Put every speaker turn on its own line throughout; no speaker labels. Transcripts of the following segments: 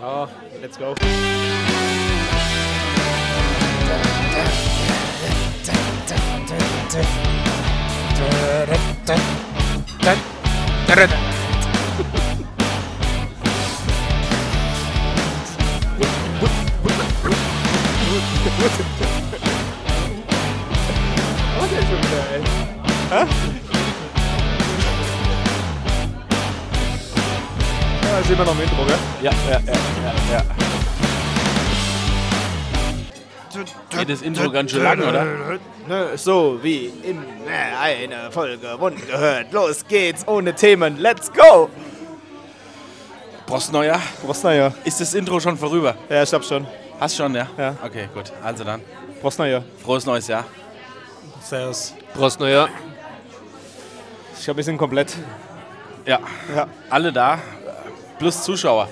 Oh, let's go. Was ist denn schon wieder, ey? Ja, das sehen wir noch im Intro, gell?
Ja, ja, ja, ja, ja. Geht das Intro ganz schön lang, oder?
Ne, so wie in einer Folge Mund gehört. Los geht's ohne Themen. Let's go!
Prost Neujahr.
Brosnaya.
Ist das Intro schon vorüber?
Ja, ich hab schon.
Hast schon, ja?
Ja.
Okay, gut. Also dann.
Brosnaya.
Frohes neues Jahr.
Servus.
Prost Neujahr.
Ich hab ein bisschen komplett.
Ja.
Ja.
Alle da. Plus Zuschauer.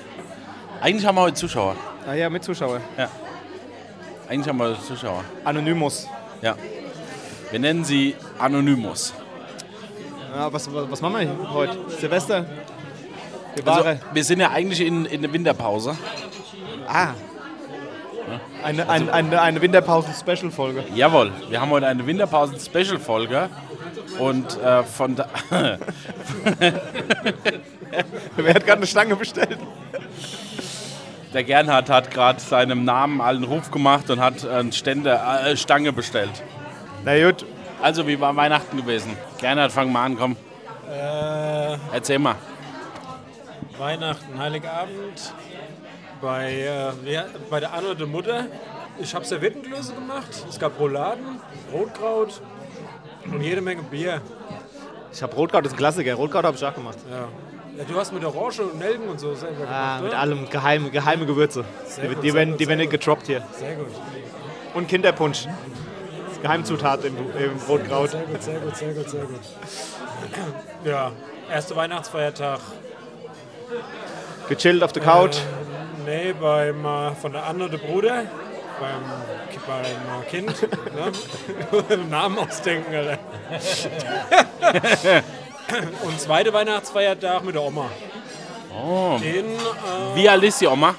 Eigentlich haben wir heute Zuschauer.
Ah ja, mit Zuschauer.
Eigentlich haben wir heute Zuschauer.
Anonymous.
Ja. Wir nennen sie Anonymous.
Ja, Ah, was, was, was machen wir hier heute? Silvester? Die
Also,
Ware.
wir sind ja eigentlich in, in der Winterpause.
ah. Also, Eine, ein, eine, eine Winterpausen-Special-Folge.
Jawohl, wir haben heute eine Winterpausen-Special-Folge. Und äh, von da.
Wer hat gerade eine Schlange bestellt?
Der Gernhard hat gerade seinem Namen allen Ruf gemacht und hat äh, einen Ständer, äh, Stange bestellt.
Na gut,
Also, wie war Weihnachten gewesen? Gernhard, fang mal an, komm.
Äh,
Erzähl mal.
Weihnachten, Heiligabend bei, äh, wer- bei der Anna der Mutter. Ich habe Serviettenklöße gemacht. Es gab Rouladen, Rotkraut und jede Menge Bier.
ich hab Rotkraut, das ist ein Klassiker. Rotkraut hab ich auch gemacht.
Ja. Ja, du hast mit Orange und Nelken und so selber gemacht,
Ah, mit
oder?
allem geheime, geheime Gewürze.
Sehr
Die,
gut,
die,
sehr
werden,
gut,
die werden
sehr
nicht gedroppt hier.
Sehr gut.
Und Kinderpunsch. Das ist Geheimzutat im, im Rotkraut.
Sehr gut, sehr gut, sehr gut, sehr gut. Ja, erster Weihnachtsfeiertag.
Gechillt auf der Couch.
Nee, beim, äh, von der Anna der Bruder. Beim, beim äh, Kind. ne? Namen ausdenken, Alter. Und zweite Weihnachtsfeiertag mit der Oma.
Oh.
Den, äh,
Wie alt ist die Oma?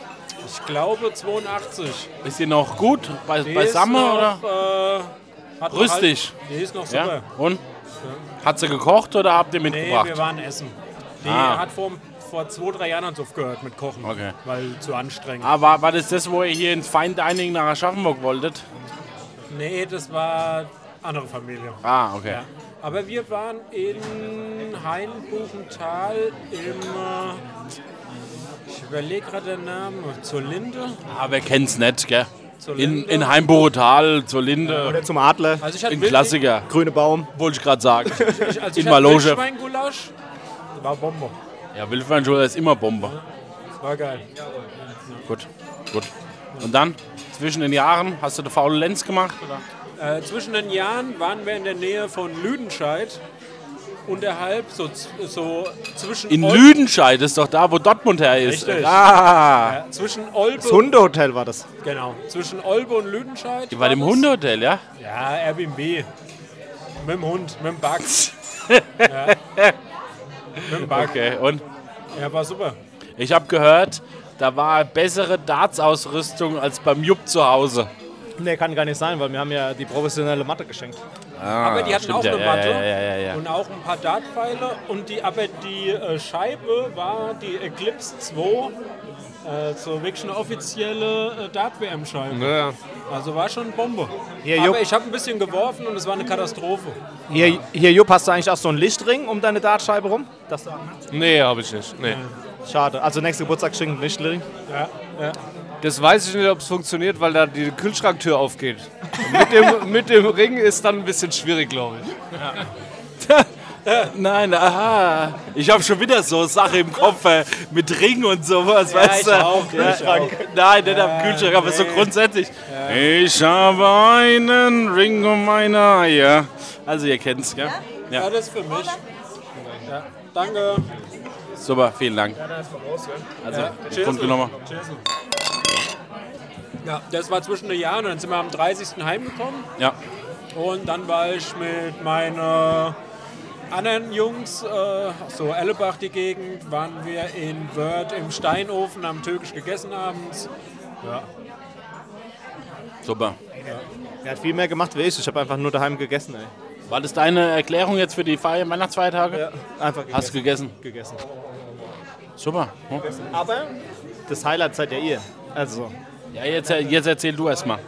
ich glaube, 82.
Ist sie noch gut bei, beisammen oder?
oder? Äh, hat noch
Rüstig.
Halt, die ist noch super.
Ja. Und? Hat sie gekocht oder habt ihr
Nee,
mitgebracht?
wir waren essen. Die
Ah.
hat vor, vor zwei, drei Jahren hat's aufgehört mit Kochen.
Okay.
Weil zu anstrengend.
ah, war, war das das, wo ihr hier ins Fine Dining nach Aschaffenburg wolltet?
Nee, das war andere Familie.
Ah, okay.
Ja. Aber wir waren in Hainbuchental im. äh, Ich überlege gerade den Namen. Zur Linde.
Ah, wer kennt's nicht, gell?
Zur
In,
Linde.
in Heimboretal, zur Linde,
Oder zum Adler.
Also ich hatte
in
wirklich-
Klassiker,
Grüne Baum.
wollte ich gerade sagen.
Ich, also
in
ich hatte
Maloge.
Wildschweingulasch. Das War Bombe.
ja, Wildweinschule ist immer Bombe.
Das war geil.
Gut, gut. Und dann, zwischen den Jahren, hast du den faulen Lenz gemacht? Oder?
Äh, zwischen den Jahren waren wir in der Nähe von Lüdenscheid. Unterhalb, so, z- so zwischen.
In
Olpe-
Lüdenscheid ist doch da, wo Dortmund her ist.
Richtig.
Ah,
Ja, zwischen Olpe,
Das Hundehotel war das.
genau, zwischen Olpe und Lüdenscheid.
die war im
das.
Hundehotel, ja?
Ja, Airbnb. Mit dem Hund, mit dem Bug. ja. Mit dem Bug.
Okay, und?
Ja, war super.
Ich habe gehört, da war bessere Darts-Ausrüstung als beim Jupp zu Hause.
Nee, kann gar nicht sein, weil wir haben ja die professionelle Matte geschenkt.
aber die hatten
Ah, stimmt,
auch
ja,
eine
ja,
Matte
ja, ja, ja, ja.
und auch ein paar Dartpfeile. Und die, aber die äh, Scheibe war die Eclipse 2. Äh, so wirklich eine offizielle äh, Dart-WM-Scheibe.
Ja.
Also war schon eine Bombe.
Hier, Jupp.
aber ich habe ein bisschen geworfen und es war eine Katastrophe.
Hier, hier, Jupp, hast du eigentlich auch so einen Lichtring um deine Dartscheibe rum? Das da.
Nee, habe ich nicht. Nee.
Schade. Also nächste Geburtstag schenken einen Lichtring.
Ja, ja.
Das weiß ich nicht, ob es funktioniert, weil da die Kühlschranktür aufgeht. mit, dem, mit dem Ring ist dann ein bisschen schwierig, glaube ich.
Nein, aha. Ich habe schon wieder so Sache im Kopf äh, mit Ring und sowas, weißt
ich
du?
auch, ich
Kühlschrank. Nein, nicht am Kühlschrank, aber so grundsätzlich. Ich habe einen Ring um meine Eier. Also ihr kennt's, gell?
ja, das ist für mich. Ja. Danke.
Super, vielen Dank. Also,
Cheers.
Punkt genommen.
Cheers. Ja, das war zwischen den Jahren. Dann sind wir am 30. heimgekommen
Ja.
und dann war ich mit meiner anderen Jungs, äh, so Ellebach die Gegend, waren wir in Wörth im Steinofen, haben türkisch gegessen abends. Ja.
Super.
Er hat viel mehr gemacht wie ich. Ich habe einfach nur daheim gegessen, ey.
War das deine Erklärung jetzt für die Feier Weihnachtsfeiertage?
Einfach gegessen.
Hast gegessen.
gegessen.
Super. Hm.
Aber das Highlight seid ja ihr. Also
Ja, jetzt, jetzt erzähl du erst mal.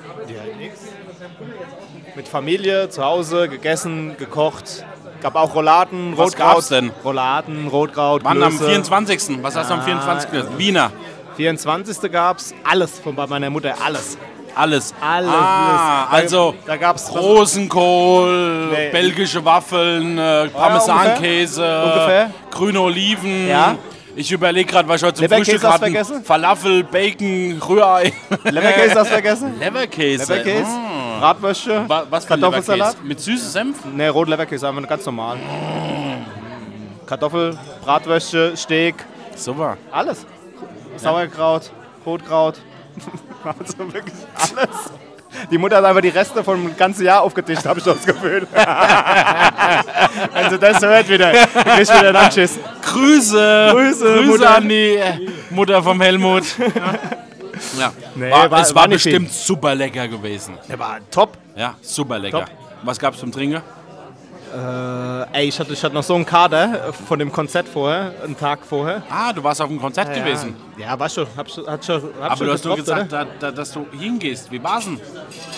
mit Familie, zu Hause, gegessen, gekocht. Gab auch Rouladen,
Was
Rotkraut.
gab's denn?
Rouladen, Rotkraut,
Wann am
Klöße.
24.? Was hast du
Ah.
am 24. gegessen? Wiener.
24. gab's alles von bei meiner Mutter, alles.
Alles.
Alles.
Ah,
Da-
also
da gab's
Rosenkohl,
Nee.
belgische Waffeln, äh, Parmesankäse,
Ungefähr.
grüne Oliven.
Ja.
Ich überlege gerade, was ich heute zum
Leberkäse
Frühstück
hast
hatten.
vergessen?
Falafel, Bacon, Rührei.
Leberkäse hast du vergessen?
Leberkäse.
Leberkäse,
Mm.
Bratwürste,
Wa- Was für
Kartoffelsalat.
Leberkäse? Mit süßem Senf?
Ne, Rotleberkäse, einfach ganz normal.
Mhm.
Kartoffel, Bratwürste, Steak,
Super.
alles. Sauerkraut, Rotkraut, also wirklich alles. Die Mutter hat einfach die Reste vom ganzen Jahr aufgetischt, habe ich das Gefühl. Wenn sie das hört wieder, krieg ich wieder einen Anschiss.
Grüße.
Grüße,
Grüße
Mutter.
an die äh, Mutter vom Helmut. Ja.
Nee,
war,
war-
es
war
war
nicht
bestimmt super lecker gewesen.
Der war top.
Ja, super lecker.
Top.
Was gab's zum Trinken?
Äh, ey, ich hatte, ich hatte noch so einen Kader äh, von dem Konzert vorher, einen Tag vorher.
Ah, du warst auf dem Konzert gewesen.
Ja, ja war schon. Hab schon, hat schon hab
Aber
schon
du hast nur
getroffen,
gesagt, da, da, dass du hingehst. Wie war's denn?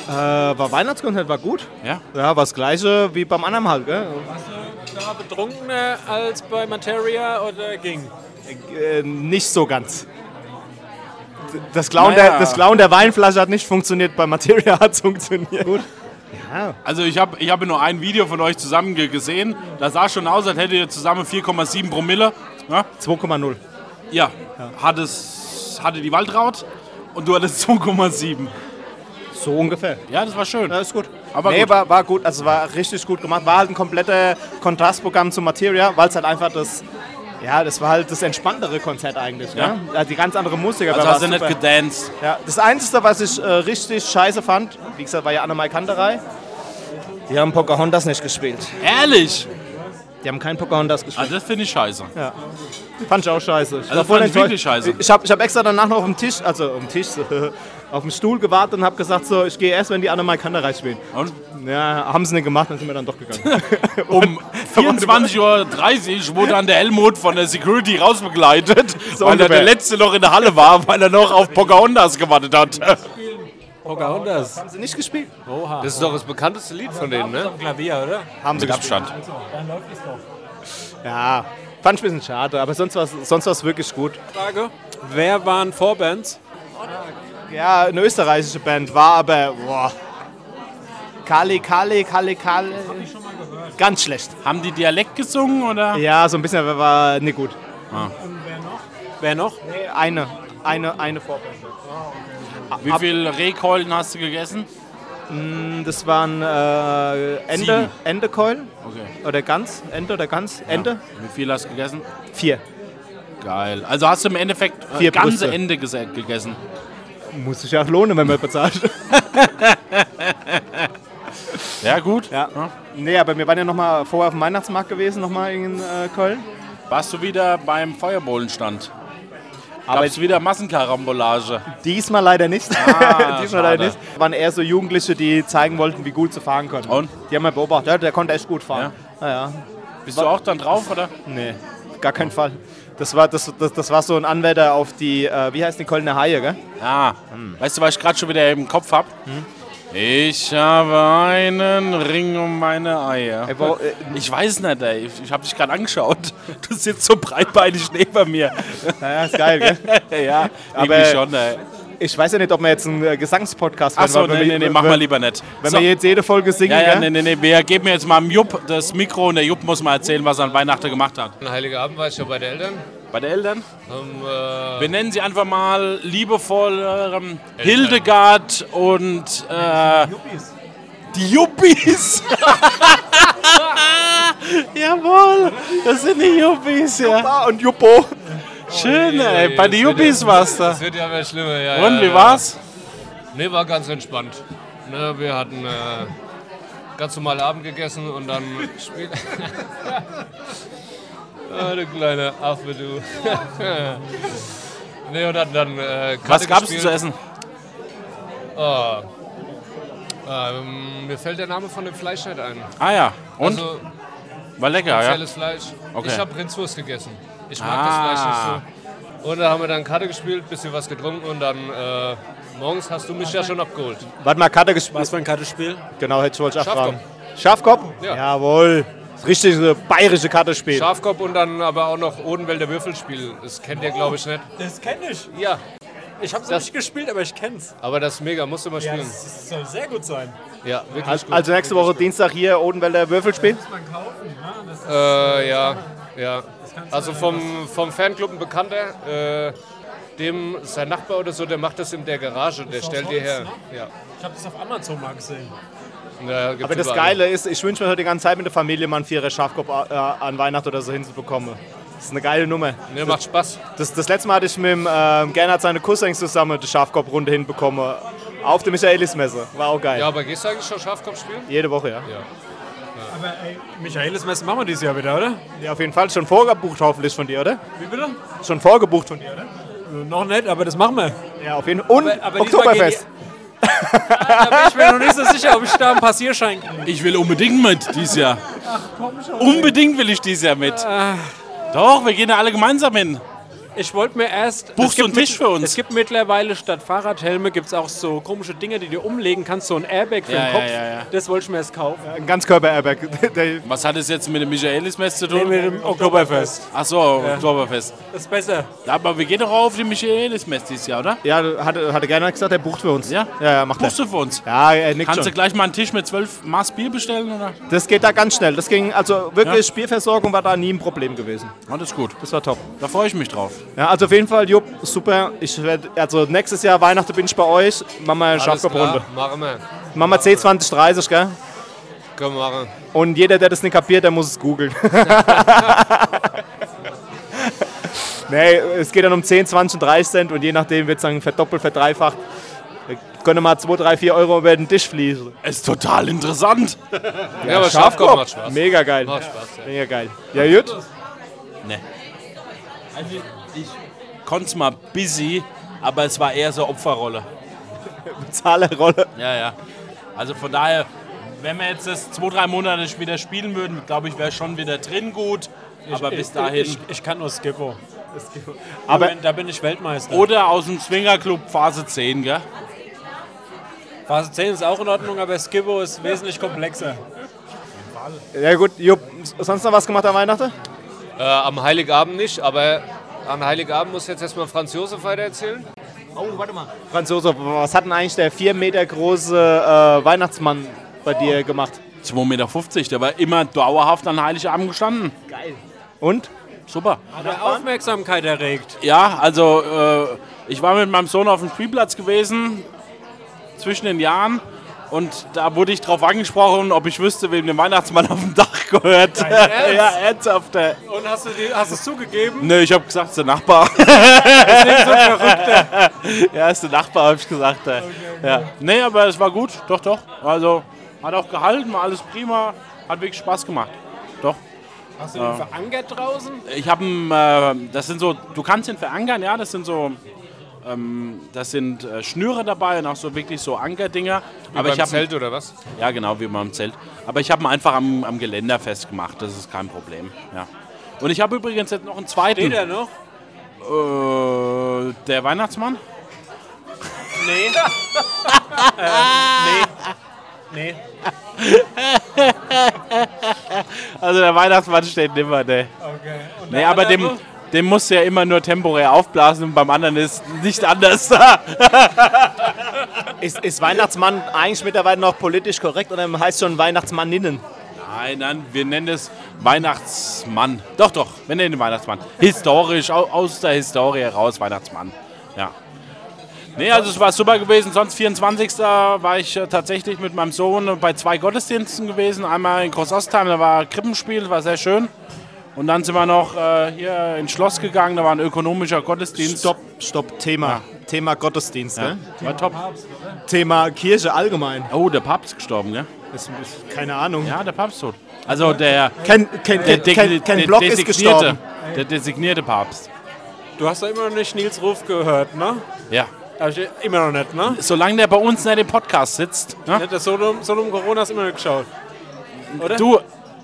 oder? Äh, war Weihnachtskonzert, war gut.
Ja?
Ja, war das gleiche wie beim anderen halt, gell?
Da betrunkener als bei Materia oder ging?
Äh, nicht so ganz. Das Klauen,
Naja.
der, das Klauen der Weinflasche hat nicht funktioniert, bei Materia hat es funktioniert. Gut.
Also ich habe ich hab nur ein Video von euch zusammen ge- gesehen. Da sah schon aus, als hättet ihr zusammen 4,7 Promille. Ja,
2,0.
ja. Hat es, hatte die Waldraut und du hattest 2,7.
So ungefähr.
Ja, das war schön.
Ja, ist gut.
Aber
nee,
gut.
War, war gut, also war richtig gut gemacht. War halt ein kompletter Kontrastprogramm zu Materia, weil es halt einfach das, ja, das war halt das entspanntere Konzert eigentlich. Ja.
Ja.
Ne? Also die ganz andere Musik. aber
Also
war
hast du nicht
super.
gedanced.
Ja, das Einzige, was ich äh, richtig scheiße fand, wie gesagt, war ja Annemai Kanterei. Die haben Pocahontas nicht gespielt.
Ehrlich?
Die haben kein Pocahontas gespielt.
Also das finde ich scheiße.
Fand ich auch scheiße. Ich
Also
war voll
fand ich wirklich
enttäuscht.
scheiße.
Ich habe ich hab extra danach noch auf dem Tisch, also auf dem Tisch, auf dem Stuhl gewartet und habe gesagt, so, ich gehe erst, wenn die Annemai Kanterei spielen.
Und
Ja, haben sie nicht gemacht, dann sind wir dann doch gegangen.
um 24.30 Uhr wurde dann der Helmut von der Security rausbegleitet, weil er
ungefähr.
der Letzte noch in der Halle war, weil er noch auf Pocahontas gewartet hat.
Pocahontas.
haben sie nicht gespielt?
Oha.
Das ist doch das bekannteste Lied von denen, ne?
Am Klavier, oder?
Haben sie
Mit
gespielt.
Abstand.
Ja, fand ich ein bisschen schade, aber sonst war es sonst war's wirklich gut.
Frage. Wer waren Vorbands?
Ja, eine österreichische Band war aber, boah. Kali, Kali, Kali, Kali. Ganz schlecht.
Haben die Dialekt gesungen oder?
Ja, so ein bisschen, aber war nicht gut.
Ah.
Wer noch?
Eine, eine, eine Vorband.
Wie viel Rehkeulen hast du gegessen?
Das waren äh, Ende,
Sieben.
Ende Coil
Okay.
oder Gans, Ende oder Gans, Ende.
Wie viel hast du gegessen?
Vier.
Geil. Also hast du im Endeffekt äh,
Vier
ganze
Brüste.
Ende gese- gegessen.
Muss sich auch lohnen, wenn man bezahlt.
Ja gut.
Ja. Nee, aber wir waren ja nochmal vorher auf dem Weihnachtsmarkt gewesen, nochmal in äh, Köln.
Warst du wieder beim Feuerbohlenstand?
Aber
Gab's wieder Massenkarambolage.
Diesmal leider nicht. Diesmal leider
Ah, schade.
nicht. Waren eher so Jugendliche, die zeigen wollten, wie gut sie fahren können.
Und?
Die haben wir beobachtet, ja, der konnte echt gut fahren. Naja,
Bist du auch dann drauf oder?
nee, gar keinen Fall. Das war, das, das, das war so ein Anwärter auf die, äh, wie heißt die Kölner Haie, gell?
Ja. Ah, Weißt du, was ich gerade schon wieder im Kopf habe? Ich habe einen Ring um meine Eier.
Ey, wo- äh,
Ich weiß nicht, ey. Ich, ich habe dich gerade angeschaut. Du sitzt so breitbeinig neben mir.
naja, ist geil, gell?
ja,
Aber-
irgendwie schon, ey.
Ich weiß ja nicht, ob wir jetzt einen äh, Gesangspodcast werden,
Achso,
weil
nee,
wenn
nee,
wir-
nee, mach mal lieber nicht.
Wenn
So.
wir jetzt jede Folge singen,
Ja, ja,
gell?
nee, nee, nee. Wir geben jetzt mal dem Jupp das Mikro und der Jupp muss mal erzählen, was er an Weihnachten gemacht hat.
An Heiligabend war ich schon bei den Eltern.
Bei den Eltern?
Haben, äh,
Wir nennen sie einfach mal liebevoll ähm, Hildegard und äh, die Juppies. Jawohl, das sind die Juppies, ja.
Ah, und Juppo.
Schön, ey. Bei den Juppies warst du.
das wird ja mehr schlimmer, ja.
Und
ja,
wie
ja.
war's?
Nee, war ganz entspannt. Ne, wir hatten äh, ganz normal Abend gegessen und dann spät. ah, du kleine Affe, du. nee, und dann, dann äh, Karte
Was gab's denn
gespielt.
zu essen?
Ah. ähm, mir fällt der Name von dem Fleisch nicht ein.
Ah ja. Und?
Also,
War lecker, Ah, ja?
spezielles Fleisch.
Okay.
Ich habe Rindswurst gegessen. Ich mag
Ah.
das Fleisch nicht so. Und da haben wir dann Karte gespielt, bisschen was getrunken und dann äh, morgens hast du mich ja schon abgeholt.
Warte mal, Karte gespielt.
Was für ein Kartespiel?
Genau, hätte ich wollte ich
Schafkopf.
abfragen. Schafkopf?
Ja.
Jawohl. Das richtige bayerische Karte spielen.
Schafkopf und dann aber auch noch Odenwälder Würfelspiel. Das kennt ihr, glaube ich, nicht.
Das kenne ich.
Ja,
Ich habe es
Das-
nicht gespielt, aber ich kenn's.
aber das ist mega, musst du mal
Ja,
spielen.
das, das soll sehr gut sein.
Ja, wirklich
Also,
gut.
also nächste Woche Dienstag hier Odenwälder Würfelspiel.
Man kaufen, ne? Das ist
Äh, ja, ja.
kannst du
Also
dann
vom, vom Fanclub ein Bekannter, äh, dem sein Nachbar oder so, der macht das in der Garage, der
Ist aus
stellt dir
Holz,
her.
ne?
Ja.
ich habe das auf Amazon mal gesehen.
Ja, gibt's
Aber das
überall.
Geile ist, ich wünsche mir heute die ganze Zeit mit der Familie mal einen Vierer Schafkopf äh, an Weihnachten oder so hinzubekommen. Das ist eine geile Nummer.
Ne, macht Spaß.
Das, das letzte Mal hatte ich mit dem ähm, Gernot seine Cousins zusammen die Schafkopfrunde hinbekommen. Auf der Michaelismesse. War auch geil.
Ja, aber gehst du eigentlich schon Schafkopf spielen?
Jede Woche, ja.
Aber ey, Michaelis Messen machen wir dieses Jahr wieder, oder?
ja. Auf jeden Fall schon vorgebucht hoffentlich von dir, oder?
Wie bitte?
Schon vorgebucht von dir, oder?
Äh, Noch nicht, aber das machen wir.
Ja, auf jeden Fall. Und
Aber- aber diesmal
Oktoberfest.
Ich bin noch nicht so sicher, ob ich da einen Passierschein kriege.
Ich will unbedingt mit dieses Jahr. Unbedingt will ich dieses Jahr mit. Doch, wir gehen da alle gemeinsam hin.
Ich wollte mir erst.
Buchst
es
du
gibt
einen Tisch
mit-
für uns?
Es gibt mittlerweile statt Fahrradhelme gibt's auch so komische Dinge, die du umlegen kannst, so ein Airbag für
Ja,
den
ja,
Kopf.
ja, ja.
Das wollte ich mir erst kaufen.
Ein Ganzkörper-Airbag. Der-
Was hat es jetzt mit dem Michaelismess zu tun?
mit dem Oktoberfest.
Ach so, Oktoberfest.
Das ist besser.
Aber wir gehen doch auch auf die Michaelismess dieses Jahr, oder?
ja, hatte, hatte Gernot gesagt, er bucht für uns.
Ja?
Ja, ja macht er.
Buchst du für uns?
Ja, er nickt
Kannst du
schon.
gleich mal einen Tisch mit zwölf Maß Bier bestellen, oder?
Das geht da ganz schnell. Das ging, also wirklich, Bierversorgung war da nie ein Problem gewesen.
Oh, das ist gut.
Das war top.
Da freue ich mich drauf.
Ja, also auf jeden Fall, Jupp, super. Ich werd, also nächstes Jahr Weihnachten bin ich bei euch. Machen wir eine
Alles
Schafkopfrunde.
klar, machen wir.
Machen wir C2030, gell?
Können wir machen.
Und jeder, der das nicht kapiert, der muss es googeln. nee, es geht dann um 10, 20 und 30 Cent und je nachdem wird es dann verdoppelt, verdreifacht. Wir können mal 2, 3, 4 Euro über den Tisch fließen.
Ist total interessant.
Ja, aber Schafkopf macht Spaß.
Mega geil.
Macht Spaß, ja.
Mega geil. Ja, gut.
Also, Konnte mal busy, aber es war eher so Opferrolle.
Zahlerrolle.
Ja, ja. Also von daher, wenn wir jetzt das zwei, drei Monate wieder spielen würden, glaube ich, wäre schon wieder drin gut. Aber bis dahin.
Ich, ich kann nur Skippo.
Aber-
da bin ich Weltmeister.
oder aus dem Swingerclub Phase 10, gell?
Phase 10 ist auch in Ordnung, aber Skippo ist wesentlich komplexer.
Ja, gut. Jupp, sonst noch was gemacht an Weihnachten?
Äh, am Heiligabend nicht, aber an Heiligabend muss jetzt erstmal Franz Josef weiter erzählen.
Franz Josef, was hat denn eigentlich der 4 Meter große äh, Weihnachtsmann bei dir gemacht?
2,50 Meter, der war immer dauerhaft an Heiligabend gestanden.
Und?
Super.
Hat er Aufmerksamkeit erregt.
Ja, also äh, ich war mit meinem Sohn auf dem Spielplatz gewesen zwischen den Jahren und da wurde ich drauf angesprochen, ob ich wüsste, wem der Weihnachtsmann auf dem Dach gehört. ja, ernsthaft. ey.
Und hast du die, hast es zugegeben?
Nö, ich habe gesagt, es ist der Nachbar. ja, es ist der Nachbar, habe ich gesagt. ey. ja. Nee, aber es war gut, doch, doch. Also hat auch gehalten, war alles prima, hat wirklich Spaß gemacht. Doch.
Hast du ihn verankert draußen?
Ich habe äh, das sind so, du kannst ihn verankern, ja, das sind so, ähm, das sind äh, Schnüre dabei und auch so wirklich so Ankerdinger. Aber ich
Beim
habe
Zelt oder was?
ja genau wie beim Zelt. Aber ich habe ihn einfach am, am Geländer festgemacht. Das ist kein Problem. Ja. Und ich habe übrigens jetzt noch einen zweiten.
Steht er noch?
Äh, der Weihnachtsmann?
Nee. äh, nee. Nee.
Also der Weihnachtsmann steht nimmer, ne.
Okay. Und
Nee,
der
aber dem,
andere?
dem musst du ja immer nur temporär aufblasen und beim anderen ist nicht anders.
Ist, ist Weihnachtsmann eigentlich mittlerweile noch politisch korrekt oder heißt schon Weihnachtsmanninnen?
Nein, nein, wir nennen es Weihnachtsmann. Doch, doch, wir nennen ihn Weihnachtsmann. Historisch, au- aus der Historie heraus Weihnachtsmann. Ja. Nee, also es war super gewesen. Sonst 24. war ich äh, tatsächlich mit meinem Sohn bei zwei Gottesdiensten gewesen. Einmal in Großostheim, da war Krippenspiel, war sehr schön. Und dann sind wir noch äh, hier ins Schloss gegangen, da war ein ökonomischer Gottesdienst.
Stopp, stopp, Thema. Thema Gottesdienst, ne?
War top.
Thema Kirche allgemein.
Oh, der Papst ist gestorben, gell?
Ist, ist, keine Ahnung.
Ja, der Papst tot. Also der,
Ken, Ken,
der,
Ken,
Deg-
Äh, Ken, Ken
der
Block ist
designierte,
gestorben.
der designierte Papst.
Du hast doch immer noch nicht Nils Ruf gehört, ne?
Ja.
Hab ich immer noch nicht, ne?
Solange der bei uns nicht im Podcast sitzt. Ne?
Nicht das Solum, Solum Corona ist immer noch geschaut. Oder?
Du,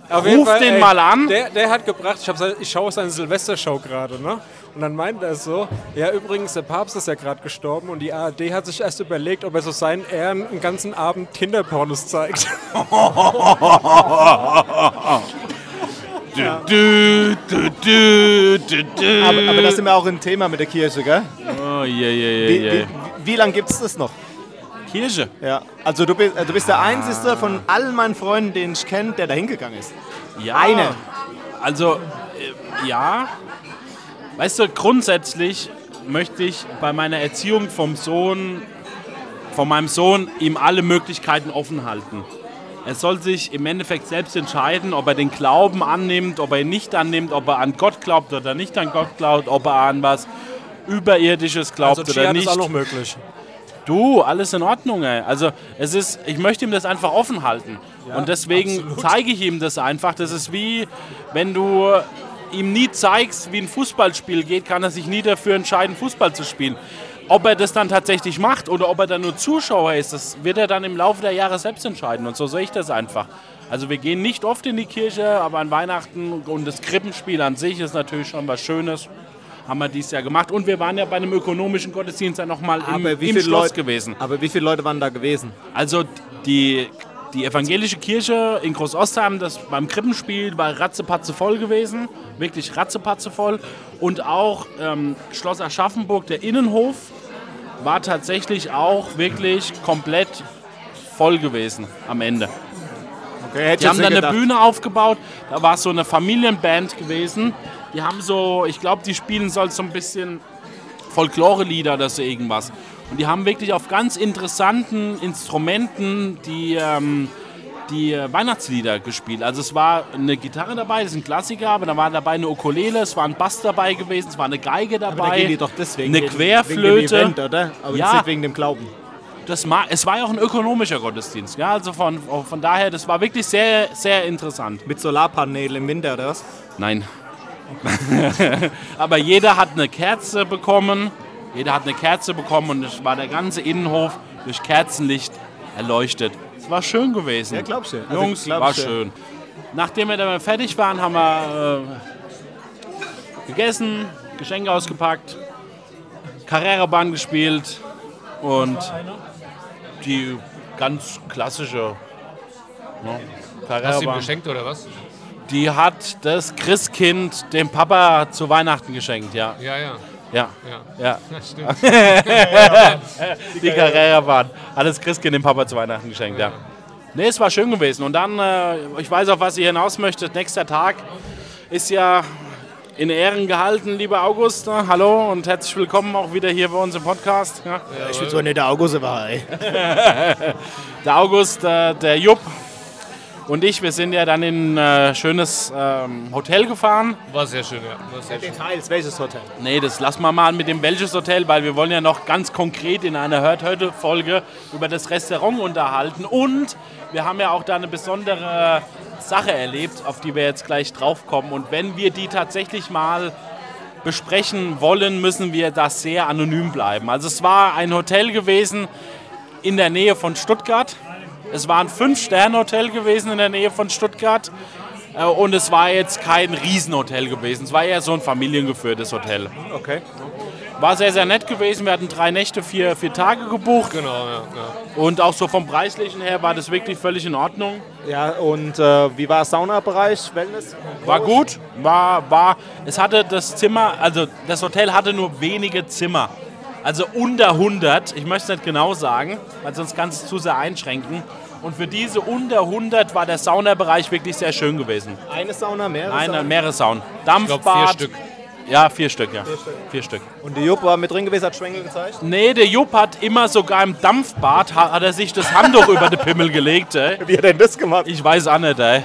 Auf
Ruf den mal an.
Der, der hat gebracht, ich, hab se- ich schaue seine Silvestershow gerade, ne? Und dann meint er so, ja übrigens, der Papst ist ja gerade gestorben und die ARD hat sich erst überlegt, ob er so seinen Ehren einen ganzen Abend Kinderpornos zeigt.
Du, du, du, du, du.
Aber, aber das sind wir auch ein Thema mit der Kirche, gell?
Oh, je, je,
Wie,
je, je.
wie, wie lange gibt es das noch?
Kirche.
Ja. Also du bist, äh, du bist der Einzige von allen meinen Freunden, den ich kenne, der da hingegangen ist.
Ja.
Eine.
Also, äh, ja. Weißt du, grundsätzlich möchte ich bei meiner Erziehung vom Sohn, von meinem Sohn, ihm alle Möglichkeiten offen halten. Er soll sich im Endeffekt selbst entscheiden, ob er den Glauben annimmt, ob er ihn nicht annimmt, ob er an Gott glaubt oder nicht an Gott glaubt, ob er an was Überirdisches glaubt oder
Dschihad
nicht.
Also ist auch noch möglich.
Du, alles in Ordnung, ey. Also es ist, ich möchte ihm das einfach offen halten. und deswegen zeige ich ihm das einfach. Das ist wie, wenn du ihm nie zeigst, wie ein Fußballspiel geht, kann er sich nie dafür entscheiden, Fußball zu spielen. Ob er das dann tatsächlich macht oder ob er dann nur Zuschauer ist, das wird er dann im Laufe der Jahre selbst entscheiden. Und so sehe ich das einfach. Also wir gehen nicht oft in die Kirche, aber an Weihnachten und das Krippenspiel an sich ist natürlich schon was Schönes. Haben wir dieses Jahr gemacht. Und wir waren ja bei einem ökonomischen Gottesdienst dann nochmal im, im Schloss
Leute,
gewesen.
aber wie viele Leute waren da gewesen?
Also die, die evangelische Kirche in Großostheim, das beim Krippenspiel war ratzepatze voll gewesen, wirklich ratzepatze voll. Und auch ähm, Schloss Aschaffenburg, der Innenhof, war tatsächlich auch wirklich komplett voll gewesen am Ende.
Okay, hätte
Die haben dann eine Bühne aufgebaut, da war so eine Familienband gewesen. Die haben so, ich glaube, die spielen soll so ein bisschen Folklore-Lieder oder so irgendwas. Und die haben wirklich auf ganz interessanten Instrumenten die, ähm, die äh, Weihnachtslieder gespielt. Also es war eine Gitarre dabei, das ist ein Klassiker, aber da war dabei eine Ukulele, es war ein Bass dabei gewesen, es war eine Geige
Aber da gehen die
dabei.
doch deswegen.
eine
wegen- Wegen
Querflöte.
dem Event, oder? Aber
Ja.
das nicht wegen dem Glauben.
Das ma- es war ja auch ein ökonomischer Gottesdienst. Ja? Also von, von daher, das war wirklich sehr, sehr interessant.
Mit Solarpanelen im Winter, oder was?
Nein. Aber jeder hat eine Kerze bekommen. Jeder hat eine Kerze bekommen und es war der ganze Innenhof durch Kerzenlicht erleuchtet. Es war schön gewesen.
Ja, glaubst du. Also,
Jungs,
glaubst
war
du.
schön. Nachdem wir dann fertig waren, haben wir äh, gegessen, Geschenke ausgepackt, Carrera-Bahn gespielt und die ganz klassische ne,
Hast du ihm
Carrera-Bahn.
geschenkt oder was?
Die hat das Christkind dem Papa zu Weihnachten geschenkt, ja.
Ja, ja.
Ja,
Ja,
ja.
das stimmt.
Die Carrera-Bahn hat das Christkind dem Papa zu Weihnachten geschenkt, ja. Nee, es war schön gewesen. Und dann, äh, ich weiß, auf was ihr hinaus möchtet, nächster Tag ist ja in Ehren gehalten, lieber August. ne? Hallo und herzlich willkommen auch wieder hier bei uns im Podcast. Ja.
Ich bin so nicht der August war, ey.
Der August, äh, der Jupp und ich, wir sind ja dann in ein äh, schönes ähm, Hotel gefahren.
War sehr schön, ja. War sehr schön.
Details, welches Hotel?
Nee, das lassen wir mal mit dem welches Hotel, weil wir wollen ja noch ganz konkret in einer Hört heute Folge über das Restaurant unterhalten und wir haben ja auch da eine besondere Sache erlebt, auf die wir jetzt gleich draufkommen und wenn wir die tatsächlich mal besprechen wollen, müssen wir da sehr anonym bleiben. Also es war ein Hotel gewesen in der Nähe von Stuttgart. Es war ein Fünf-Sterne-Hotel gewesen in der Nähe von Stuttgart. Äh, Und es war jetzt kein Riesenhotel gewesen. Es war eher so ein familiengeführtes Hotel.
Okay.
War sehr, sehr nett gewesen. Wir hatten drei Nächte, vier, vier Tage gebucht.
Genau, ja. ja.
Und auch so vom Preislichen her war das wirklich völlig in Ordnung.
Ja, und äh, wie war Saunabereich, Wellness?
War gut. War, war. Es hatte das Zimmer, also das Hotel hatte nur wenige Zimmer. Also unter 100. Ich möchte es nicht genau sagen, weil sonst kann es zu sehr einschränken. Und für diese unter 100 war der Saunabereich wirklich sehr schön gewesen.
Eine Sauna, mehrere
Eine
Saunen?
Meeressaun.
Ich
Dampfbad.
glaube, vier Stück.
Ja, vier Stück, ja. Vier Stück.
Und die Jupp war mit drin gewesen, hat Schwengel gezeigt.
Nee, der Jupp hat immer sogar im Dampfbad, ha- hat er sich das Handtuch über den Pimmel gelegt, ey.
Wie hat er denn das gemacht?
Ich weiß auch nicht, ey.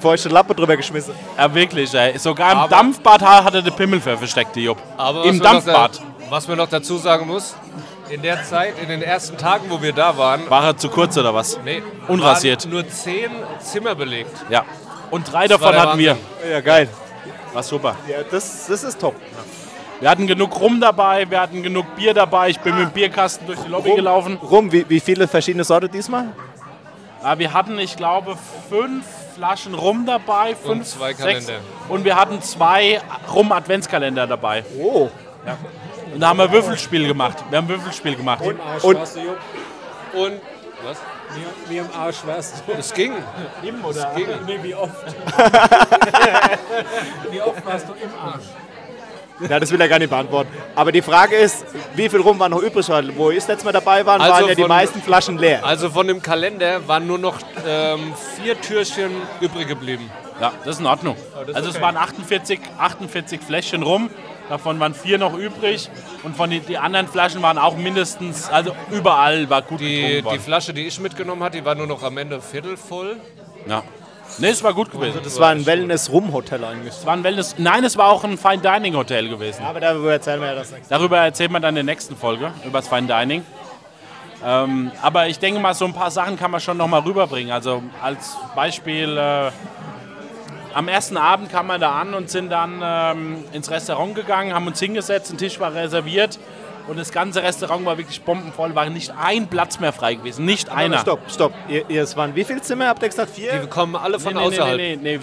Feuchte Lappe drüber geschmissen.
Ja, wirklich, ey. Sogar im
Aber-
Dampfbad ha- hat er den Pimmel für versteckt, der Jupp.
Aber was
Im
man noch da-
Dampfbad.
Was man noch dazu sagen muss, in der Zeit, in den ersten Tagen, wo wir da waren,
War er zu kurz oder was?
nee,
Unrasiert.
waren nur zehn Zimmer belegt.
Ja. Und drei
war
davon
der
hatten wir.
Ja, geil.
War super.
Ja, das, das ist top.
Wir hatten genug Rum dabei, wir hatten genug Bier dabei. Ich bin mit dem Bierkasten durch die Lobby gelaufen.
Rum, wie, wie viele verschiedene Sorte diesmal?
Ja, wir hatten, ich glaube, fünf Flaschen Rum dabei. Fünf,
zwei
sechs.
Kalender.
Und wir hatten zwei Rum-Adventskalender dabei.
Oh.
Und da haben wir Würfelspiel gemacht. Wir haben Würfelspiel gemacht.
Im Arsch
und-
warst du, Jupp.
Und was?
Mir, mir im Arsch warst du.
Es ging.
Im oder? Nee, wie oft? wie oft warst du im Arsch?
Ja, das will er gar nicht beantworten. Aber die Frage ist, wie viel Rum war noch übrig? heute? Wo ich letztes Mal dabei war,
Also
waren ja die
von-
meisten Flaschen leer.
Also von dem Kalender waren nur noch ähm, vier Türchen übrig geblieben.
Ja, das ist in Ordnung. also es waren 48, 48 Fläschchen rum, davon waren vier noch übrig und von den die anderen Flaschen waren auch mindestens, also überall war gut
Die,
getrunken
die
worden.
Flasche, die ich mitgenommen hatte, die war nur noch am Ende viertelvoll.
ja. Nee, es war gut gewesen.
Also
Das war ein Wellness-Rum-Hotel eigentlich.
Es war ein Wellness, nein, es war auch ein Fine Dining Hotel gewesen.
Aber darüber erzählen wir ja das nächste
Darüber erzählen wir dann in der nächsten Folge, über das Fine Dining. Ähm, aber ich denke mal, so ein paar Sachen kann man schon nochmal rüberbringen. Also als Beispiel, äh, am ersten Abend kamen wir da an und sind dann ähm, ins Restaurant gegangen, haben uns hingesetzt, ein Tisch war reserviert und das ganze Restaurant war wirklich bombenvoll, war nicht ein Platz mehr frei gewesen, nicht einer.
Stopp, stopp. Ihr, ihr, es waren wie viele Zimmer? Habt ihr gesagt?
Die
Vier?
kommen alle von
Nee, nee,
außerhalb.
nee, nee, nee.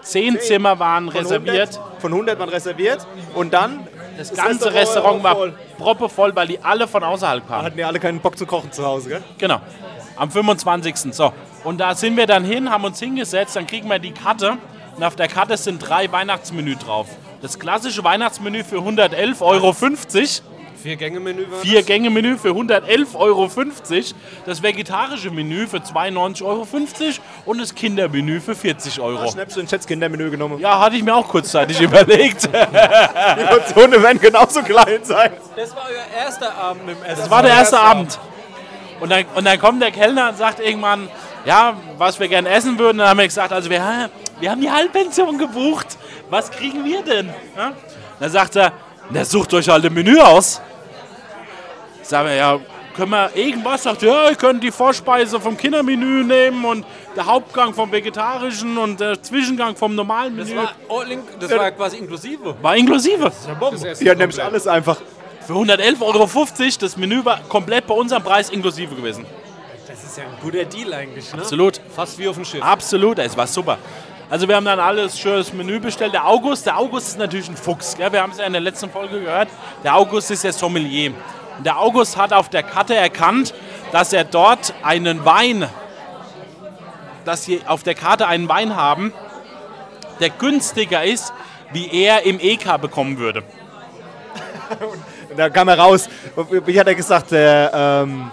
Zehn Zimmer waren
Von
reserviert.
100, von 100 waren reserviert. Und dann?
Das ganze Restaurant war proppevoll, weil die alle von außerhalb kamen.
Hatten ja alle keinen Bock zu kochen zu Hause, gell?
Genau. Am 25. So. Und da sind wir dann hin, haben uns hingesetzt, dann kriegen wir die Karte. Und auf der Karte sind drei Weihnachtsmenü drauf. Das klassische Weihnachtsmenü für 111,50 Euro.
Vier Gänge-Menü war
Vier Gänge Menü für 111,50 Euro. Das vegetarische Menü für 92,50 Euro. Und das Kindermenü für 40 Euro.
Schnäppchen, Chats, Kindermenü genommen.
Ja, hatte ich mir auch kurzzeitig überlegt.
Die Portionen werden genauso klein sein.
Das war euer erster Abend im Essen.
Das war der erste Abend. Und dann, und dann kommt der Kellner und sagt irgendwann, ja, was wir gerne essen würden. Dann haben wir gesagt, also wir, hä, wir haben die Halbpension gebucht. Was kriegen wir denn? Ja? Dann sagt er, na, sucht euch halt ein Menü aus. Sagen wir, ja, können wir irgendwas? Sagt er, ja, ihr könnt die Vorspeise vom Kindermenü nehmen und der Hauptgang vom vegetarischen und der Zwischengang vom normalen
Das
Menü.
war, all in, das war quasi inklusive.
war inklusive.
Die hat nämlich alles einfach.
Für 111,50 Euro, das Menü war komplett bei unserem Preis inklusive gewesen.
Das ist ja ein guter Deal eigentlich, ne?
Absolut.
fast wie auf dem Schiff.
Absolut, es war super. Also wir haben dann alles schönes Menü bestellt. Der August, der August ist natürlich ein Fuchs. Gell? Wir haben es ja in der letzten Folge gehört. Der August ist der Sommelier. Und der August hat auf der Karte erkannt, dass er dort einen Wein, dass sie auf der Karte einen Wein haben, der günstiger ist, wie er im EK bekommen würde.
Und da kam er raus. Und Wie hat er gesagt? Der, ähm,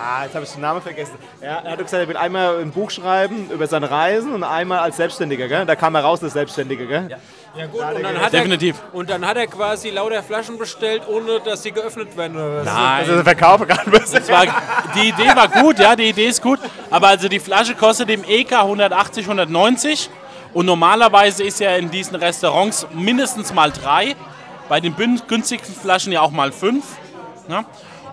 ah, jetzt habe ich den Namen vergessen. Er, er hat gesagt, er will einmal ein Buch schreiben über seine Reisen und einmal als Selbstständiger. Gell? Da kam er raus als Selbstständiger. Gell?
Ja gut, und dann, hat
Definitiv.
Er, und dann hat er quasi lauter Flaschen bestellt, ohne dass sie geöffnet werden oder was.
Also der Verkauf gerade besser.
Es war, die Idee war gut, ja, die Idee ist gut. Aber also die Flasche kostet im E EK 180, 190. Und normalerweise ist ja in diesen Restaurants mindestens mal drei. Bei den gün- günstigsten Flaschen ja auch mal fünf. Ne?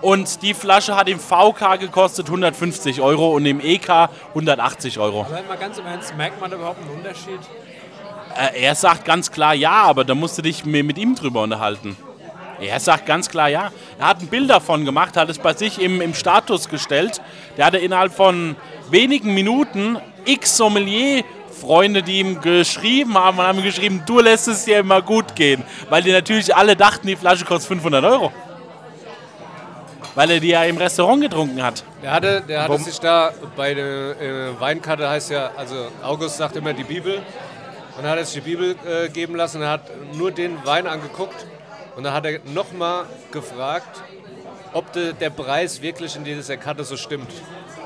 Und die Flasche hat im VK gekostet 150 Euro und im EK 180 Euro.
Aber mal ganz im Ernst, merkt man da überhaupt einen Unterschied?
Äh, Er sagt ganz klar ja, aber da musst du dich mi- mit ihm drüber unterhalten. Er sagt ganz klar ja. Er hat ein Bild davon gemacht, hat es bei sich im, im Status gestellt. Der hatte innerhalb von wenigen Minuten x Sommelier-Freunde, die ihm geschrieben haben und haben geschrieben, du lässt es dir immer gut gehen. Weil die natürlich alle dachten, die Flasche kostet 500 Euro. Weil er die ja im Restaurant getrunken hat.
Der hatte, der hatte sich da bei der äh, Weinkarte heißt ja, also August sagt immer die Bibel. Und dann hat er sich die Bibel äh, geben lassen und hat nur den Wein angeguckt. Und dann hat er nochmal gefragt, ob de, der Preis wirklich in dieser Karte so stimmt.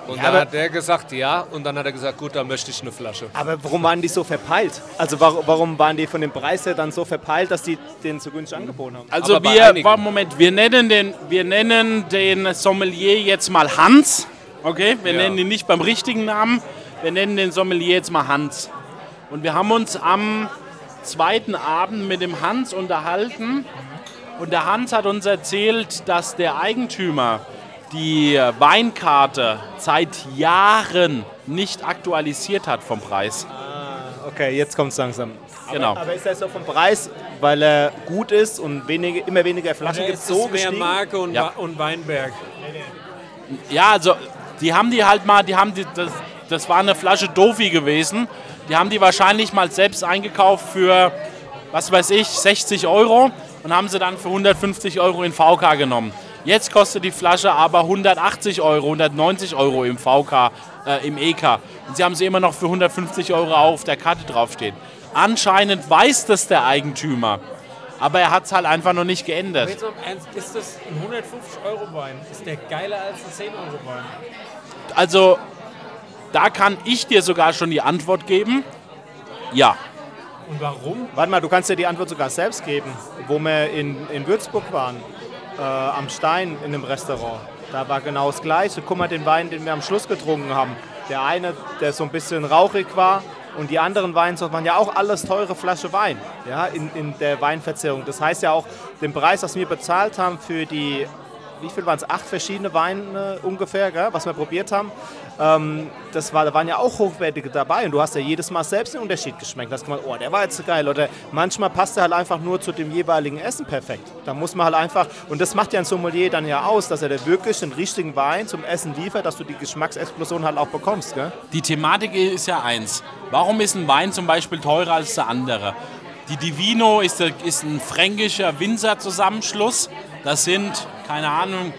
Und dann
aber-
hat der gesagt, ja. Und dann hat er gesagt, gut, dann möchte ich eine Flasche.
Aber warum waren die so verpeilt? Also warum, warum waren die von dem Preis her dann so verpeilt, dass die den so günstig angeboten haben?
Also
Aber bei
wir,
einigen.
warte, Moment, wir nennen, den, wir nennen den Sommelier jetzt mal Hans, okay? Wir
Ja.
nennen ihn nicht beim richtigen Namen, wir nennen den Sommelier jetzt mal Hans. Und wir haben uns am zweiten Abend mit dem Hans unterhalten Und der Hans hat uns erzählt, dass der Eigentümer die Weinkarte seit Jahren nicht aktualisiert hat vom Preis.
Okay, jetzt kommt es langsam.
Genau.
Aber ist das auch vom Preis, weil er gut ist und wenige, immer weniger Flaschen
Oder
gibt,
ist
so
es mehr
gestiegen?
Marke und,
Ja.
Wa- und Weinberg?
Ja, also die haben die halt mal, die haben die, das, das war eine Flasche Dofi gewesen. Die haben die wahrscheinlich mal selbst eingekauft für, was weiß ich, 60 Euro und haben sie dann für 150 Euro in VK genommen. Jetzt kostet die Flasche aber 180 Euro, 190 Euro im VK, äh, im EK. Und sie haben sie immer noch für 150 Euro auf der Karte draufstehen. Anscheinend weiß das der Eigentümer, aber er hat es halt einfach noch nicht geändert.
Jetzt mal im ernst, ist das ein 150-Euro-Wein? Ist der geiler als ein 10-Euro-Wein?
Also, da kann ich dir sogar schon die Antwort geben. Ja.
Und warum?
Warte mal, du kannst dir die Antwort sogar selbst geben. Wo wir in, in Würzburg waren, äh, am Stein in einem Restaurant, da war genau das Gleiche. Guck mal, den Wein, den wir am Schluss getrunken haben. Der eine, der so ein bisschen rauchig war und die anderen Weinsorten waren ja auch alles teure Flasche Wein ja, in, in der Weinverzehrung. Das heißt ja auch, den Preis, was wir bezahlt haben für die, wie viel waren es, acht verschiedene Weine ungefähr, gell, was wir probiert haben, das war, da waren ja auch hochwertige dabei und du hast ja jedes Mal selbst den Unterschied geschmeckt. Da hast du gemeint, oh, der war jetzt so geil oder manchmal passt er halt einfach nur zu dem jeweiligen Essen perfekt. Da muss man halt einfach, und das macht ja ein Sommelier dann ja aus, dass er dir wirklich den richtigen Wein zum Essen liefert, dass du die Geschmacksexplosion halt auch bekommst, gell?
Die Thematik ist ja eins. Warum ist ein Wein zum Beispiel teurer als der andere? Die Divino ist, der- ist ein fränkischer Winzerzusammenschluss. Das sind, keine Ahnung,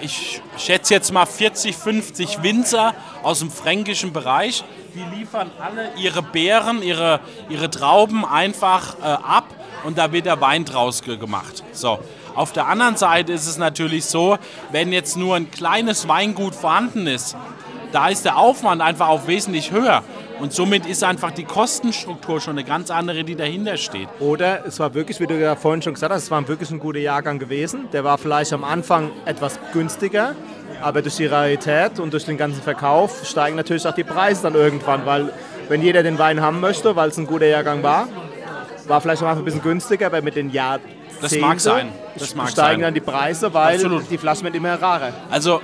ich schätze jetzt mal 40, 50 Winzer aus dem fränkischen Bereich. Die liefern alle ihre Beeren, ihre, ihre Trauben einfach äh, ab und da wird der Wein draus ge- gemacht. So. Auf der anderen Seite ist es natürlich so, wenn jetzt nur ein kleines Weingut vorhanden ist, da ist der Aufwand einfach auch wesentlich höher. Und somit ist einfach die Kostenstruktur schon eine ganz andere, die dahinter steht.
Oder es war wirklich, wie du ja vorhin schon gesagt hast, es war wirklich ein guter Jahrgang gewesen. Der war vielleicht am Anfang etwas günstiger, aber durch die Rarität und durch den ganzen Verkauf steigen natürlich auch die Preise dann irgendwann, weil wenn jeder den Wein haben möchte, weil es ein guter Jahrgang war, war vielleicht am Anfang ein bisschen günstiger, aber mit den Jahren
Das mag sein. Das mag
steigen
sein.
dann die Preise, weil
Absolut.
die Flaschen werden immer rarer.
Also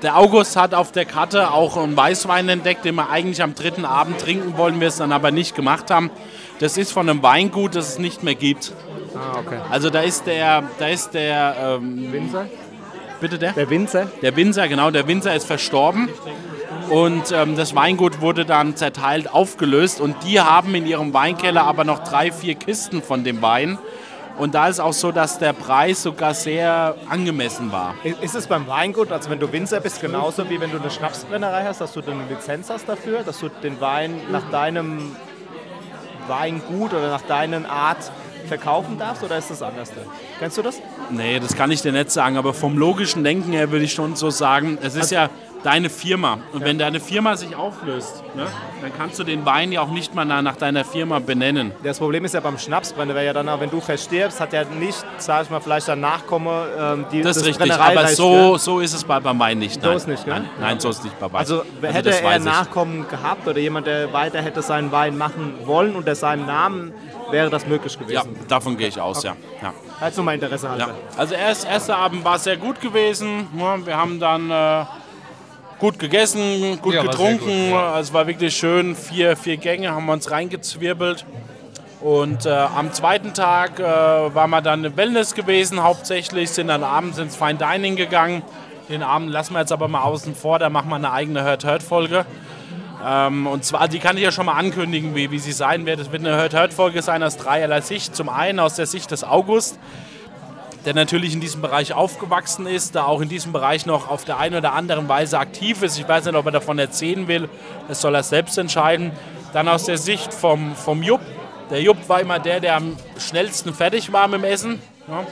der August hat auf der Karte auch einen Weißwein entdeckt, den wir eigentlich am dritten Abend trinken wollen, wir es dann aber nicht gemacht haben. Das ist von einem Weingut, das es nicht mehr gibt.
Ah, okay.
Also da ist der, da ist der, ähm,
Winzer?
bitte der?
Der Winzer?
Der Winzer, genau, der Winzer ist verstorben. Und ähm, das Weingut wurde dann zerteilt, aufgelöst. Und die haben in ihrem Weinkeller aber noch drei, vier Kisten von dem Wein. Und da ist auch so, dass der Preis sogar sehr angemessen war.
Ist es beim Weingut, also wenn du Winzer bist, genauso wie wenn du eine Schnapsbrennerei hast, dass du dann eine Lizenz hast dafür, dass du den Wein nach deinem Weingut oder nach deinen Art verkaufen darfst oder ist das anders? denn? Kennst du das?
Nee, das kann ich dir nicht sagen. Aber vom logischen Denken her würde ich schon so sagen, es ist ja deine Firma. Und wenn deine Firma sich auflöst, ne, dann kannst du den Wein ja auch nicht mal nach deiner Firma benennen.
Das Problem ist ja beim Schnapsbrenner, wäre ja dann, auch, wenn du verstirbst, hat ja nicht, sag ich mal, vielleicht dein Nachkomme ähm, die
Das ist richtig,
Brennerei-
aber so, so ist es bei, bei Wein nicht.
So
Nein,
ist nicht, gell?
nein, nein, so ist nicht bei Wein.
Also hätte
das
er
weiß ich.
Nachkommen gehabt oder jemand, der weiter hätte seinen Wein machen wollen unter seinem Namen, wäre das möglich
Ja,
gewesen.
davon gehe ich aus, ja. ja.
Als nur mein Interesse hatte.
ja. Also erst, erster Abend war sehr gut gewesen. Ja, Wir haben dann äh, gut gegessen, gut
Ja, war sehr
getrunken.
gut, ja.
Es war wirklich schön. Vier, vier Gänge haben wir uns reingezwirbelt. Und äh, am zweiten Tag äh, waren wir dann im Wellness gewesen hauptsächlich, sind dann abends ins Fine Dining gegangen. Den Abend lassen wir jetzt aber mal außen vor, da machen wir eine eigene Hurt-Hurt-Folge. Ähm, und zwar, die kann ich ja schon mal ankündigen, wie, wie sie sein wird. Es wird eine Hurt-Hurt-Folge sein aus dreierlei Sicht. Zum einen aus der Sicht des August, der natürlich in diesem Bereich aufgewachsen ist, da auch in diesem Bereich noch auf der einen oder anderen Weise aktiv ist. Ich weiß nicht, ob er davon erzählen will. Das soll er selbst entscheiden. Dann aus der Sicht vom, vom Jupp. Der Jupp war immer der, der am schnellsten fertig war mit dem Essen. Ja.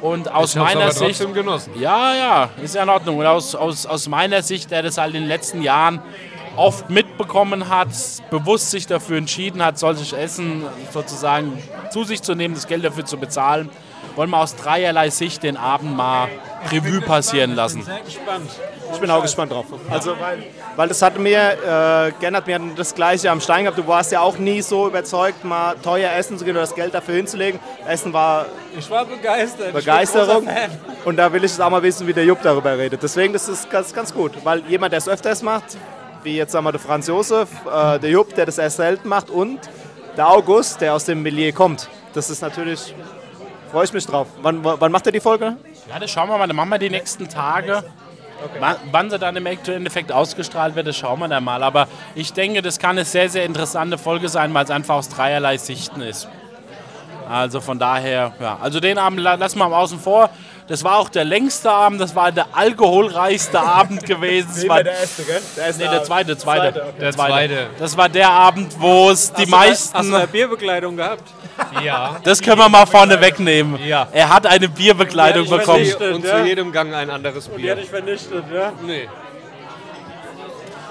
Und aus
Ich hab's
meiner
aber
Sicht
trotzdem genossen.
ja, ja, ist ja in Ordnung. Und aus, aus, aus meiner Sicht, der das halt in den letzten Jahren oft mitbekommen hat, bewusst sich dafür entschieden hat, solches Essen sozusagen zu sich zu nehmen, das Geld dafür zu bezahlen, wollen wir aus dreierlei Sicht den Abend mal Revue passieren lassen.
Ich bin sehr gespannt.
Ich bin auch gespannt drauf. Also, weil, weil das hatte mir, äh, Gernot, wir hatten das gleiche am Stein gehabt. Du warst ja auch nie so überzeugt, mal teuer essen zu gehen oder das Geld dafür hinzulegen. Essen war
Ich war begeistert. Ich bin
Begeisterung.
großer Fan.
Und da will ich jetzt auch mal wissen, wie der Jupp darüber redet. Deswegen das ist ganz, ganz gut, weil jemand, der es öfters macht, wie jetzt sagen wir der Franz Josef, äh, der Jupp, der das erst selten macht und der August, der aus dem Milieu kommt. Das ist natürlich, freue ich mich drauf. Wann, wann macht er die Folge?
Ja, das schauen wir mal. Dann machen wir die nächsten Tage. Wann, wann sie dann im Akt- Endeffekt ausgestrahlt wird, das schauen wir dann mal. Aber ich denke, das kann eine sehr, sehr interessante Folge sein, weil es einfach aus dreierlei Sichten ist. Also von daher, ja. Also den Abend la- lassen wir mal außen vor. Das war auch der längste Abend, das war der alkoholreichste Abend gewesen. Das war,
Lieber der erste, gell? Der erste
nee, der zweite, zweite.
Zweite, okay.
Der zweite.
Zweite.
Das war der Abend, wo es die
Hast du mal- Hast
meisten.
du eine Bierbekleidung gehabt?
Ja.
das können wir mal vorne wegnehmen.
Ja.
Er hat eine Bierbekleidung
Ja, ich weiß
bekommen.
nicht.
Und
Ja.
zu jedem Gang ein anderes
Die hat
Bier.
dich vernichtet, ja?
Nee.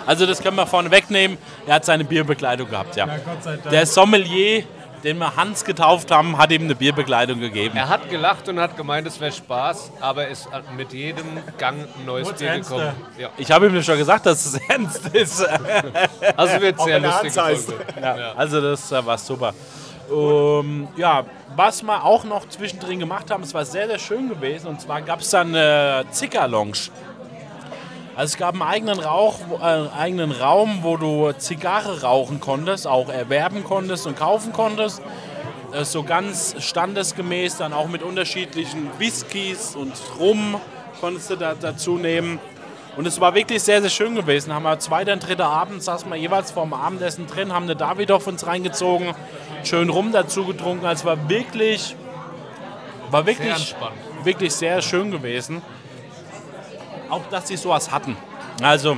Also das können wir vorne wegnehmen. Er hat seine Bierbekleidung gehabt, ja.
Gott sei Dank.
Der Sommelier, den wir Hans getauft haben, hat ihm eine Bierbekleidung gegeben.
Er hat gelacht und hat gemeint, es wäre Spaß, aber es hat mit jedem Gang ein neues
Wurz
Bier gekommen.
ernster.
Ja.
Ich habe ihm schon gesagt, dass es ernst ist.
Also wird sehr
wenn er
lustig.
Hans
Ja, also das äh, war super. Ähm, ja, was wir auch noch zwischendrin gemacht haben, es war sehr, sehr schön gewesen. Und zwar gab es dann eine Zicker-Lounge. Also es gab einen eigenen, Rauch, wo- äh, einen eigenen Raum, wo du Zigarre rauchen konntest, auch erwerben konntest und kaufen konntest. Äh, So ganz standesgemäß dann auch mit unterschiedlichen Whiskys und Rum konntest du da, dazu nehmen. Und es war wirklich sehr, sehr schön gewesen. Haben wir zweiter und dritter Abend, saßen wir jeweils vorm Abendessen drin, haben eine Davidoff uns reingezogen, schön Rum dazu getrunken. Also es war wirklich, war
Sehr
wirklich,
entspannt.
wirklich sehr schön gewesen. Auch, dass sie sowas hatten. Also,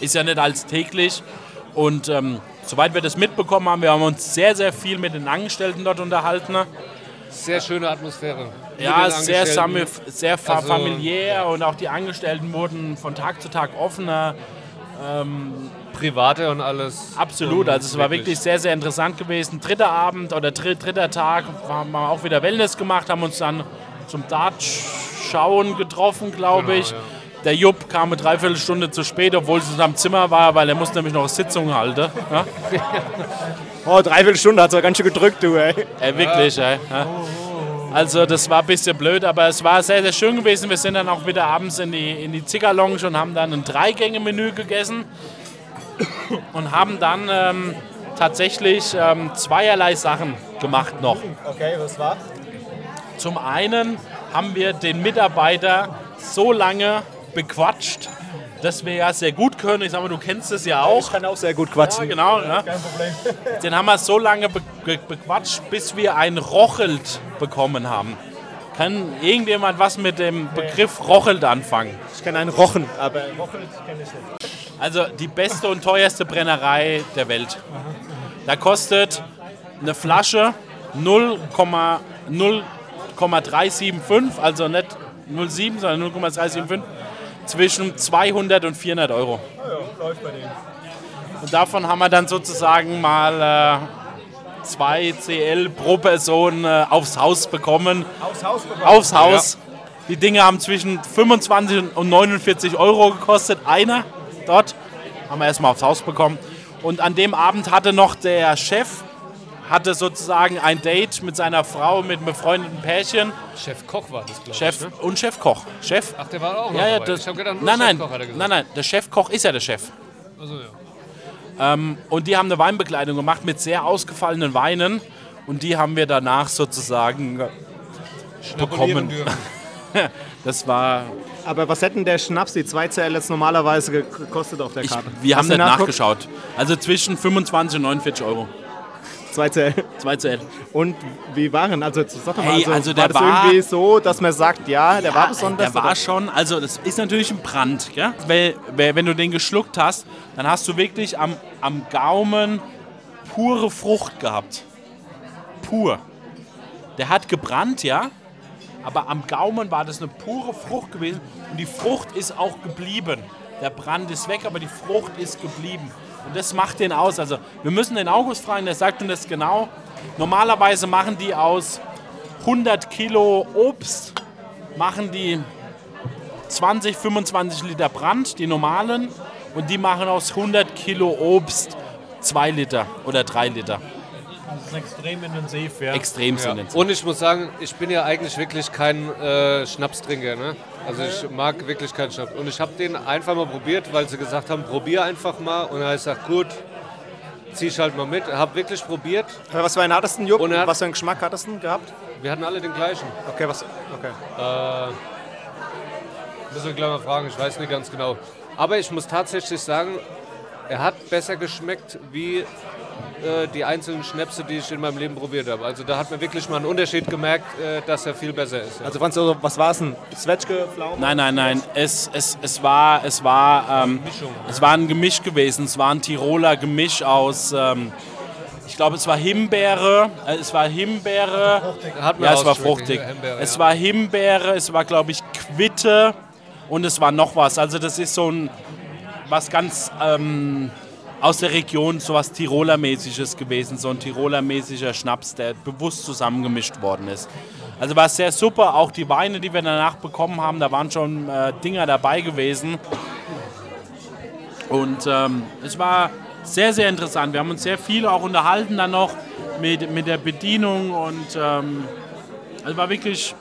ist ja nicht als täglich. Und ähm, soweit wir das mitbekommen haben, wir haben uns sehr, sehr viel mit den Angestellten dort unterhalten.
Sehr schöne Atmosphäre. Mit
Ja,
den
sehr,
Angestellten.
samif- sehr fa-
Also,
familiär und auch die Angestellten wurden von Tag zu Tag offener.
Private und alles.
Absolut,
Und
also es war wirklich sehr, sehr interessant gewesen. Dritter Abend oder dr dritter Tag haben wir auch wieder Wellness gemacht, haben uns dann zum Dart-Schauen getroffen, glaube
Genau,
ich.
ja.
Der Jupp kam eine Dreiviertelstunde zu spät, obwohl es in seinem Zimmer war, weil er musste nämlich noch eine Sitzung halten. ne? Ja?
Oh, dreiviertel Stunde hat es ganz schön gedrückt, du, ey.
Ey, Äh, wirklich, ey. Ja. Also das war ein bisschen blöd, aber es war sehr, sehr schön gewesen. Wir sind dann auch wieder abends in die, in die Zicker-Lounge und haben dann ein Dreigänge-Menü gegessen und haben dann ähm, tatsächlich ähm, zweierlei Sachen gemacht noch.
Okay, was war?
Zum einen haben wir den Mitarbeiter so lange bequatscht, dass wir ja sehr gut können. Ich sag mal, du kennst es ja auch.
Ich kann auch sehr gut
Ja,
quatschen.
genau. Ne? Den haben wir so lange be be bequatscht, bis wir ein Rochelt bekommen haben. Kann irgendjemand was mit dem Begriff Rochelt anfangen?
Ich kann einen rochen, aber rochen kenne ich nicht.
Also die beste und teuerste Brennerei der Welt. Da kostet eine Flasche 0,375, also nicht 0,7, sondern 0,375, zwischen 200 und 400 Euro. Und davon haben wir dann sozusagen mal äh, zwei CL pro Person äh, aufs Haus bekommen. Aufs Haus. Die Dinge haben zwischen 25 und 49 Euro gekostet. Einer dort haben wir erstmal aufs Haus bekommen. Und an dem Abend hatte noch der Chef hatte sozusagen ein Date mit seiner Frau, mit einem befreundeten Pärchen.
Chef Koch war das, glaube ich.
Chef
ne?
und Chefkoch. Chef.
Ach, der war auch noch
Ja, ja,
dabei.
das,
ich habe gedacht, nur
nein, nein,
Chef Koch hat er gesagt.
nein, nein, der Chefkoch ist ja der Chef. Ähm,
Also, ja.
Und die haben eine Weinbekleidung gemacht mit sehr ausgefallenen Weinen. Und die haben wir danach sozusagen.
Schnabulieren dürfen.
Das war.
Aber was hätten der Schnaps, die 2CL, jetzt normalerweise ge- gekostet auf der
Ich,
Karte?
wir haben
Hast du
nicht nachgeschaut. Also zwischen 25 und 49 Euro.
2CL.
2 zu 11.
Und wie waren, also jetzt sag doch mal,
Ey,
also,
also
war
der
das
war-
irgendwie so, dass man sagt, ja, der war
Ja,
besonders?
Der war
oder?
schon, also das ist natürlich ein Brand, gell? Weil, weil, wenn du den geschluckt hast, dann hast du wirklich am, am Gaumen pure Frucht gehabt. Pur. Der hat gebrannt, ja, aber am Gaumen war das eine pure Frucht gewesen und die Frucht ist auch geblieben. Der Brand ist weg, aber die Frucht ist geblieben. Und das macht den aus. Also wir müssen den August fragen, der sagt uns das genau. Normalerweise machen die aus 100 Kilo Obst machen die 20, 25 Liter Brand, die normalen. Und die machen aus 100 Kilo Obst 2 Liter oder 3 Liter.
Das ist extrem intensiv, ja.
Extrem ja.
Ja. Und ich muss sagen, ich bin ja eigentlich wirklich kein äh, Schnapstrinker. Ne? Also ich mag wirklich keinen Schnaps. Und ich habe den einfach mal probiert, weil sie gesagt haben, probier einfach mal. Und dann habe ich gesagt, gut, zieh ich halt mal mit. Habe wirklich probiert.
Äh, Was für einen hattest du, Jupp?
Und er hat-
Was für einen Geschmack hattest du gehabt?
Wir hatten alle den gleichen.
Okay, was? Okay.
Müssen wir gleich mal fragen, ich weiß nicht ganz genau. Aber ich muss tatsächlich sagen, er hat besser geschmeckt wie äh, die einzelnen Schnäpse, die ich in meinem Leben probiert habe. Also da hat man wirklich mal einen Unterschied gemerkt, äh, dass er viel besser ist. Ja.
Also fandst du, was war es denn? Zwetschge, Pflaumen?
Nein, nein, nein. Es, es, es war, es war, ähm, es war ein Gemisch gewesen. Es war ein Tiroler Gemisch aus, ähm, ich glaube, es war Himbeere. Äh, es war Himbeere.
Hat man
Ja, es war
rausgeschmeckt,
fruchtig.
ja, Himbeere,
Es
ja.
war Himbeere, es war, glaube ich, Quitte und es war noch was. Also das ist so ein, was ganz ähm, aus der Region, so was Tiroler-mäßiges gewesen. So ein Tiroler-mäßiger Schnaps, der bewusst zusammengemischt worden ist. Also war sehr super. Auch die Weine, die wir danach bekommen haben, da waren schon äh, Dinger dabei gewesen. Und ähm, es war sehr, sehr interessant. Wir haben uns sehr viel auch unterhalten dann noch mit, mit der Bedienung und ähm, es war wirklich,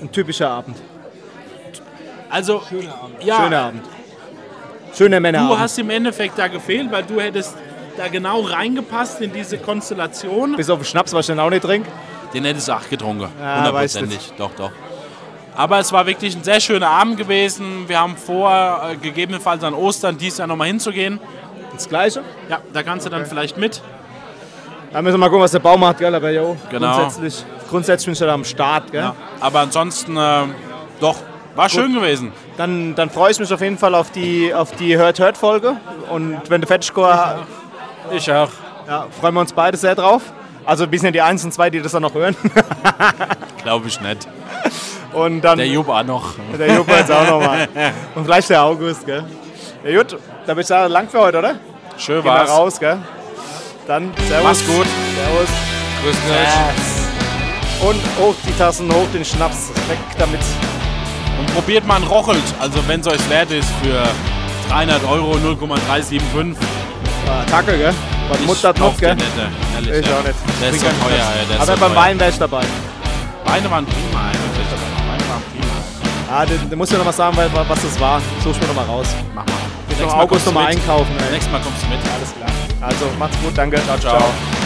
Ein typischer Abend.
also ja,
Schöner Abend. Schöner Männerabend.
du hast im Endeffekt da gefehlt, weil du hättest da genau reingepasst in diese Konstellation.
Bis auf den Schnaps, was ich dann auch nicht trinke.
Den hättest du acht getrunken.
Ja, weiß
Hundertprozentig. Doch, doch. Aber es war wirklich ein sehr schöner Abend gewesen. Wir haben vor, äh, gegebenenfalls an Ostern dies Jahr nochmal hinzugehen.
Das Gleiche.
Ja, da kannst du dann vielleicht mit.
Da müssen wir mal gucken, was der Baum macht, gell? Aber jo,
Genau.
grundsätzlich, grundsätzlich bin ich da am Start, gell?
Ja. Aber ansonsten, äh, doch, war schön gewesen.
Dann, dann freue ich mich auf jeden Fall auf die, auf die Hört-Hört-Folge. Und wenn der Fetchcore,
Ich auch.
ja, freuen wir uns beide sehr drauf. Also wir sind ja die Eins und Zwei, die das dann noch hören.
Glaube ich nicht.
Und dann
Der Jupp auch noch.
der Jupp jetzt auch nochmal. Und vielleicht der August, gell? Ja gut, dann bin ich da lang für heute, oder? Gehen
Schön
wir
war's.
raus, gell? Dann Servus.
Mach's gut.
Servus.
Grüß Gott.
Und hoch die Tassen, hoch den Schnaps, weg damit.
Und probiert mal ein Rochelt. Also wenn es euch wert ist für 300 Euro 0,375.
War Attacke, Ah, gell? War
Ich
Mutter drauf,
kauf
gell?
den nicht, äh,
Ich
ehrlich, ja.
auch nicht.
Der ist so
Trink keinen
teuer,
Schnaps.
ey, der ist
Aber
so
beim
teuer.
Wein wäre ich dabei.
Beine waren prima. ey. Beine waren prima.
Ah, du, du musst ja nochmal sagen, weil- was das war. Such mir nochmal raus.
Mach mal.
Im
Nächstes Mal
August
kommst du
nochmal
mit.
einkaufen, ey.
Nächstes Mal kommst du mit.
Alles klar. Also, macht's gut, danke.
ciao. ciao.